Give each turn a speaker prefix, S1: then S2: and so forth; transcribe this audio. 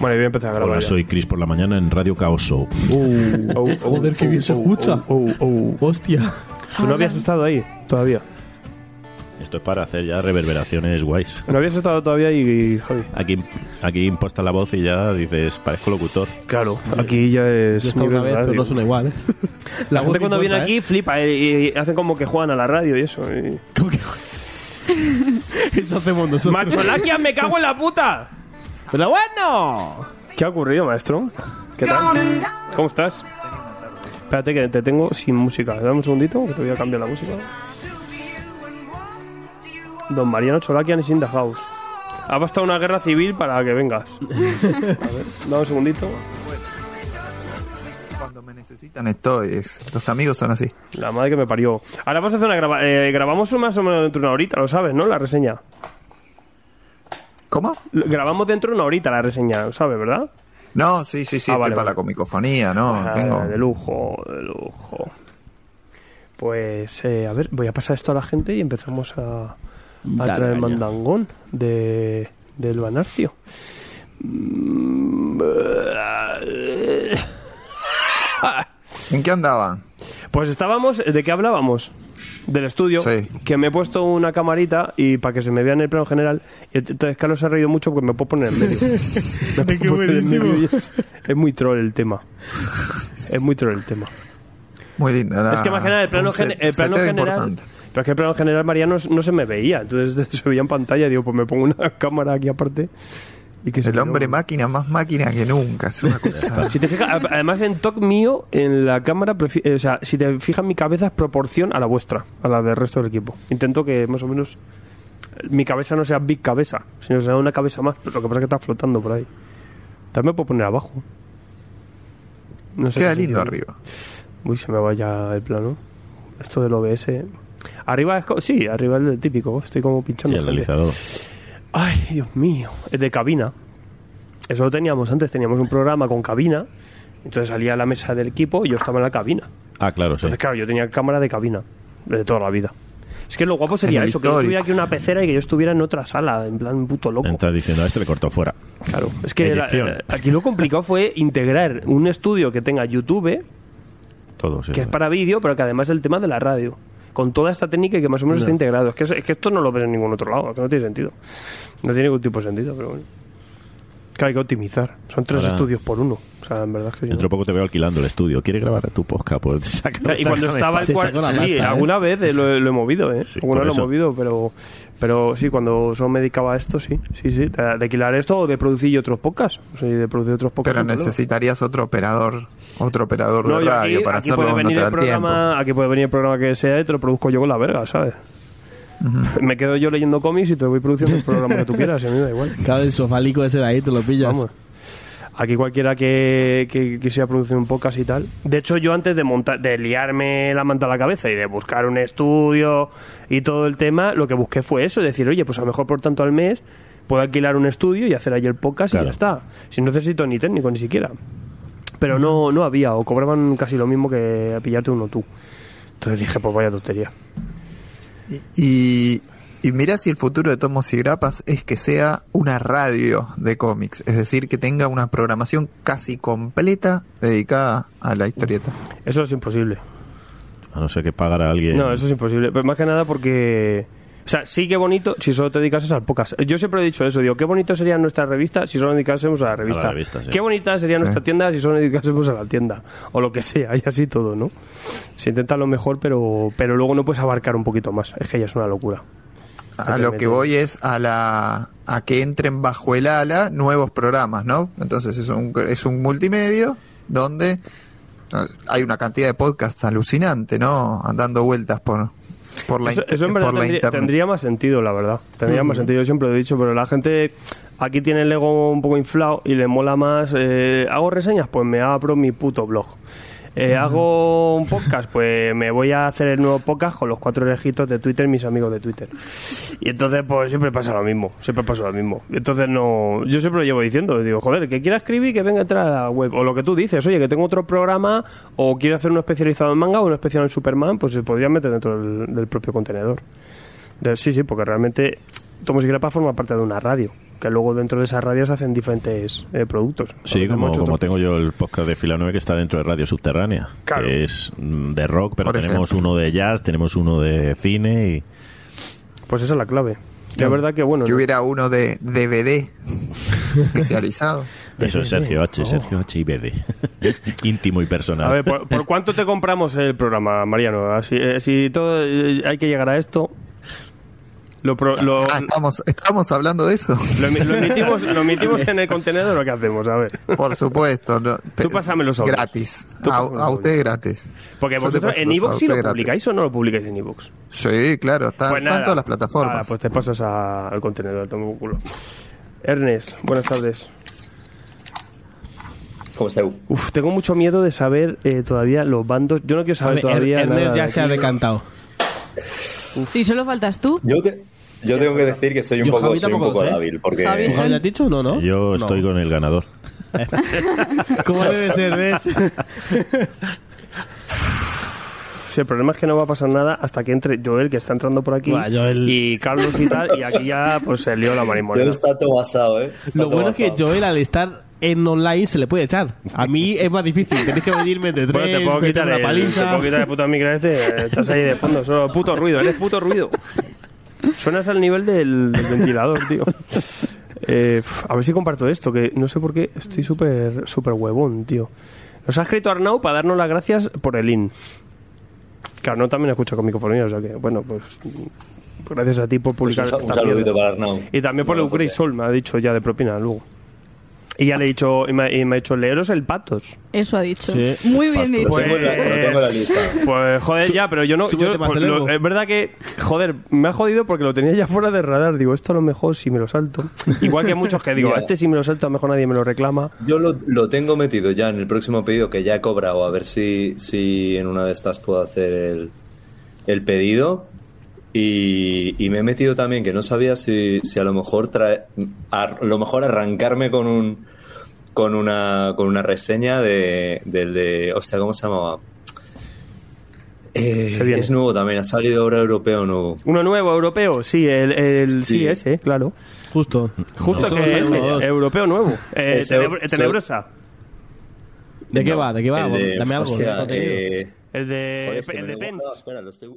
S1: Bueno, yo voy a empezar a grabar.
S2: Hola,
S1: ya.
S2: soy Chris por la mañana en Radio Caos Show.
S1: Oh, oh,
S3: Joder, qué bien se escucha. Ah,
S1: oh, oh.
S3: Hostia.
S1: ¿Tú no habías estado ahí todavía?
S2: Esto es para hacer ya reverberaciones guays.
S1: No habías estado todavía y, y, Javi.
S2: Aquí, aquí imposta la voz y ya dices, parezco locutor.
S1: Claro, aquí ya es.
S3: Yo he estado una
S1: nivel
S3: vez, pero
S1: radio.
S3: no suena igual. ¿eh?
S1: La gente
S3: voz
S1: cuando
S3: importa,
S1: viene
S3: ¿eh?
S1: aquí flipa eh, y, y hacen como que juegan a la radio y eso. y-
S3: ¿Cómo que- Eso hacemos nosotros.
S1: ¡Macholaquia, me cago en la puta!
S3: ¡Pero bueno!
S1: ¿Qué ha ocurrido, maestro? ¿Qué tal? ¿Cómo estás? Espérate que te tengo sin música. Dame un segundito que te voy a cambiar la música. Don Mariano Cholakian is in the house. Ha bastado una guerra civil para que vengas. A ver, dame un segundito.
S4: Cuando me necesitan estoy. es- Los amigos son así.
S1: La madre que me parió. Ahora vamos a hacer una graba eh, grabamos más o menos dentro de una horita, lo sabes, ¿no? La reseña.
S4: ¿Cómo?
S1: Lo- Grabamos dentro de una horita la reseña, lo sabes, ¿verdad?
S4: No, sí, sí, sí.
S1: Ah,
S4: estoy
S1: vale,
S4: para
S1: vale.
S4: la comicofonía, ¿no?
S1: Ah,
S4: Vengo.
S1: De lujo, de lujo. Pues, eh, a ver, voy a pasar esto a la gente y empezamos a, a
S3: Dale,
S1: traer el
S3: caña.
S1: mandangón de, del Banarcio. Mm,
S4: ¿En qué andaban?
S1: Pues estábamos, ¿de qué hablábamos? Del estudio,
S4: Sí.
S1: que me he puesto una camarita y para que se me vea en el plano general. Y ent- Entonces Carlos se ha reído mucho porque me puedo poner en medio. Me puedo
S3: Qué
S1: poner en
S3: buenísimo.
S1: medio y es, es muy troll el tema. Es muy troll el tema.
S4: Muy linda. la-
S1: Es que más que nada el plano,
S4: un set-
S1: gen- el plano
S4: seteo
S1: general.
S4: importante.
S1: Pero es que el plano general Mariano no se me veía. Entonces se veía en pantalla. Digo, pues me pongo una cámara aquí aparte. Y que se
S4: El
S1: me
S4: hombre
S1: vea.
S4: máquina, más máquina que nunca. Es una cosa.
S1: Si te fijas, a- además en toc mío, en la cámara, prefi- eh, o sea, si te fijas, mi cabeza es proporción a la vuestra, a la del resto del equipo. Intento que más o menos eh, mi cabeza no sea big cabeza, sino sea una cabeza más, pero lo que pasa es que está flotando por ahí. También me puedo poner abajo. No sé
S4: Queda
S1: qué
S4: lindo
S1: sentido.
S4: arriba.
S1: Uy, se me vaya el plano. Esto del OBS. Arriba es. co- Sí, arriba es el típico. Estoy como
S2: Sí,
S1: pinchando.
S2: el
S1: gente.
S2: realizador.
S1: Ay, Dios mío. Es de cabina. Eso lo teníamos antes. Teníamos un programa con cabina. Entonces salía a la mesa del equipo y yo estaba en la cabina.
S2: Ah, claro, sí.
S1: Entonces, claro, yo tenía cámara de cabina. De toda la vida. Es que lo guapo sería
S4: En el
S1: eso, que yo
S4: histórico.
S1: estuviera aquí en una pecera y que yo estuviera en otra sala, en plan puto loco.
S2: Entras diciendo, a este le cortó fuera.
S1: Claro, es que la-
S2: Eyección.
S1: eh, aquí lo complicado fue integrar un estudio que tenga YouTube,
S2: Todo, sí.
S1: que es para vídeo, pero que además es el tema de la radio. Con toda esta técnica que más o menos está integrado. Es que, es- es que esto no lo ves en ningún otro lado, es que no tiene sentido. No tiene ningún tipo de sentido, pero bueno. Claro, hay que optimizar. Son tres
S2: Ahora-
S1: estudios por uno. O sea, en verdad es que yo...
S2: Dentro de poco te veo alquilando el estudio. ¿Quieres grabar tu podcast? Pues saca-
S1: Claro, Y cuando
S2: saca-
S1: estaba el
S3: Se sacó
S1: cuarto...
S3: la
S1: Sí,
S3: pasta, ¿eh?
S1: alguna vez eh, lo, he- lo he movido, ¿eh?
S2: Sí,
S1: alguna
S2: por
S1: lo he
S2: eso.
S1: movido, pero... Pero sí, cuando solo me dedicaba a esto, sí. Sí, sí. De de alquilar esto o de producir yo otros podcasts. O sea, de producir otros podcasts.
S4: Pero
S1: sin problema.
S4: necesitarías otro operador, otro operador
S1: No,
S4: de
S1: yo
S4: radio
S1: aquí,
S4: para
S1: aquí
S4: hacerlo.
S1: puede
S4: no
S1: venir
S4: te da
S1: el
S4: el tiempo.
S1: programa, aquí puede venir el programa que sea y te lo produzco yo con la verga, ¿sabes? Me quedo yo leyendo cómics y te voy produciendo el programa que tú quieras, a mí me da igual.
S3: Claro, el sofalico ese de ahí te lo pillas.
S1: Vamos. Aquí cualquiera que, que quisiera producir un podcast y tal. De hecho, yo antes de montar, de liarme la manta a la cabeza y de buscar un estudio y todo el tema, lo que busqué fue eso, decir, oye, pues a lo mejor por tanto al mes puedo alquilar un estudio y hacer ahí el podcast y
S2: Claro.
S1: ya está. Si no necesito ni técnico ni siquiera. Pero no, no había, o cobraban casi lo mismo que pillarte uno tú. Entonces dije, pues vaya tontería.
S4: Y, y, y mirá si el futuro de Tomos y Grapas es que sea una radio de cómics, es decir, que tenga una programación casi completa dedicada a la historieta.
S1: Eso es imposible.
S2: A no ser que pagar a alguien.
S1: No, eso es imposible. Pero más que nada porque. O sea, sí que bonito si solo te dedicases al podcast. Yo siempre he dicho eso, digo, qué bonito sería nuestra revista si solo nos dedicásemos a la revista.
S2: revista, sí.
S1: Qué bonita sería
S4: Sí.
S1: nuestra tienda si solo nos dedicásemos a la tienda. O lo que sea, y así todo, ¿no? Se intenta lo mejor, pero, pero luego no puedes abarcar un poquito más. Es que ya es una locura.
S4: A lo que voy es a la a que entren bajo el ala nuevos programas, ¿no? Entonces es un es un multimedio donde ah, hay una cantidad de podcasts alucinante, ¿no? Andando vueltas por por la
S1: Eso,
S4: inter-
S1: eso en verdad
S4: por la
S1: tendría,
S4: internet.
S1: tendría más sentido, la verdad. Tendría más sentido, yo siempre lo he dicho, pero la gente aquí tiene el ego un poco inflado y le mola más. eh, ¿Hago reseñas? Pues me abro mi puto blog. Eh, ¿Hago un podcast? Pues me voy a hacer el nuevo podcast con los cuatro orejitos de Twitter, mis amigos de Twitter. Y entonces, pues siempre pasa lo mismo, siempre pasa lo mismo. Entonces, no. Yo siempre lo llevo diciendo, digo, joder, el que quiera escribir, que venga a entrar a la web. O lo que tú dices, oye, que tengo otro programa, o quiero hacer uno especializado en manga o uno especial en Superman, pues se podría meter dentro del, del propio contenedor. De- sí, sí, porque realmente Tomos y Grapa forma parte de una radio. que luego dentro de esas radios hacen diferentes eh, productos.
S2: Sí,
S1: Hacemos
S2: como,
S1: otro-
S2: como tengo yo el podcast de Fila 9 que está dentro de Radio Subterránea,
S1: Claro.
S2: que es mm, de rock, pero
S4: Por
S2: tenemos uno de jazz, tenemos uno de cine y...
S1: Pues esa es la clave. Que es verdad que, bueno,
S4: Que
S1: no-
S4: hubiera uno de DVD especializado.
S2: Eso es Sergio H, Sergio H y BD. Íntimo y personal.
S1: Oh. A ver, ¿por, por cuánto te compramos el programa, Mariano? Así, eh, si todo, eh, hay que llegar a esto, lo, pro- lo,
S4: Ah, estamos, estamos hablando de eso.
S1: lo emi- lo emitimos, lo emitimos en el contenedor lo que hacemos, a ver.
S4: Por supuesto. no, te-
S1: pásame los audios.
S4: Gratis.
S1: Tú
S4: A,
S1: pásame los
S4: a usted gratis.
S1: Porque
S4: Yo te
S1: vosotros
S4: paso
S1: en
S4: los
S1: Evox sí lo
S4: audios gratis.
S1: publicáis o no lo publicáis en Evox.
S4: Sí, claro. Está, está en todas las plataformas.
S1: Pues Nada, pues te pasas a- al contenedor, tomo un culo. Ernest, buenas tardes.
S5: ¿Cómo está?
S1: Uf, tengo mucho miedo de saber eh, todavía los bandos. Yo no quiero saber todavía.
S3: Ernest
S1: nada
S3: ya
S1: de
S3: se ha
S1: aquí.
S3: decantado.
S6: Si solo faltas tú.
S5: Yo, te- yo tengo que decir que soy un
S3: Yo
S5: poco,
S3: Javi
S5: soy un
S3: tampoco
S5: poco
S3: lo sé.
S5: débil, porque
S6: Javi.
S3: ¿Tú habías dicho? No, ¿no?
S2: Yo estoy con el ganador.
S3: ¿Cómo debe ser, ves?
S1: Sí, el problema es que no va a pasar nada hasta que entre Joel, que está entrando por aquí,
S3: Buah, Joel.
S1: y Carlos y tal, y aquí ya pues se lió la
S5: yo
S1: marimorena.
S5: está todo basado, ¿eh? Está
S3: Lo
S5: todo
S3: bueno es que
S5: basado.
S3: Joel, al estar en online, se le puede echar. A mí es más difícil. Tenéis que venirme de tres,
S1: Bueno, te puedo
S3: meter
S1: quitar
S3: una
S1: el, te
S3: paliza.
S1: puedo quitar el puto micro este, estás ahí de fondo, solo puto ruido, eres puto ruido. Suenas al nivel del, del ventilador, tío. Eh, a ver si comparto esto, que no sé por qué estoy súper súper huevón, tío. Nos ha escrito Arnau para darnos las gracias por el IN. Que Arnau también escucha con microfonía, o sea que, bueno, pues gracias a ti por
S5: Pues
S1: publicar
S5: un, sa- un
S1: esta mierda.
S3: este
S5: saludito para Arnau. pues,
S1: Y también por
S5: No,
S1: el Ucrey
S5: porque-
S1: Sol, me ha dicho ya de propina luego. Y ya le he dicho, y me, ha- y me ha dicho, leeros el patos.
S6: Eso ha dicho.
S2: Sí.
S6: Muy bien
S5: Lo
S6: dicho.
S1: Pues-
S5: tengo, en la, lo tengo en la lista.
S1: Pues joder, ya, pero yo no.
S3: súbete
S1: yo-
S3: más
S1: pues,
S3: el
S1: lo-
S3: ego.
S1: es verdad que, joder, me ha jodido porque lo tenía ya fuera de radar. Digo, esto a lo mejor si me lo salto. Igual que muchos que digo,
S5: Ya.
S1: a este si me lo salto, a lo mejor nadie me lo reclama.
S5: Yo lo, lo tengo metido ya en el próximo pedido que ya he cobrado, a ver si, si en una de estas puedo hacer el, el pedido. Y, y me he metido también que no sabía si, si a lo mejor trae, a lo mejor arrancarme con un con una con una reseña de del de hostia, ¿cómo se llamaba? Eh,
S1: Se viene.
S5: es nuevo también, ha salido ahora europeo nuevo.
S1: Uno nuevo, europeo, sí, el, el- sí.
S5: Sí.
S1: ese, claro.
S3: Justo.
S1: Justo
S3: Eso
S1: que
S3: lo
S1: ese,
S3: sabemos dos.
S1: europeo nuevo. Eh,
S5: Ese-
S1: tenebr-
S5: ese-
S1: tenebrosa.
S3: ¿De qué
S5: No,
S3: va? ¿De qué va?
S5: el de-
S3: Dame algo.
S5: hostia,
S3: de contenido.
S5: eh,
S1: El
S5: joder,
S1: de,
S5: es que
S1: el
S5: me
S1: de
S5: lo he
S1: Pence.
S5: guardado, espera, lo estoy-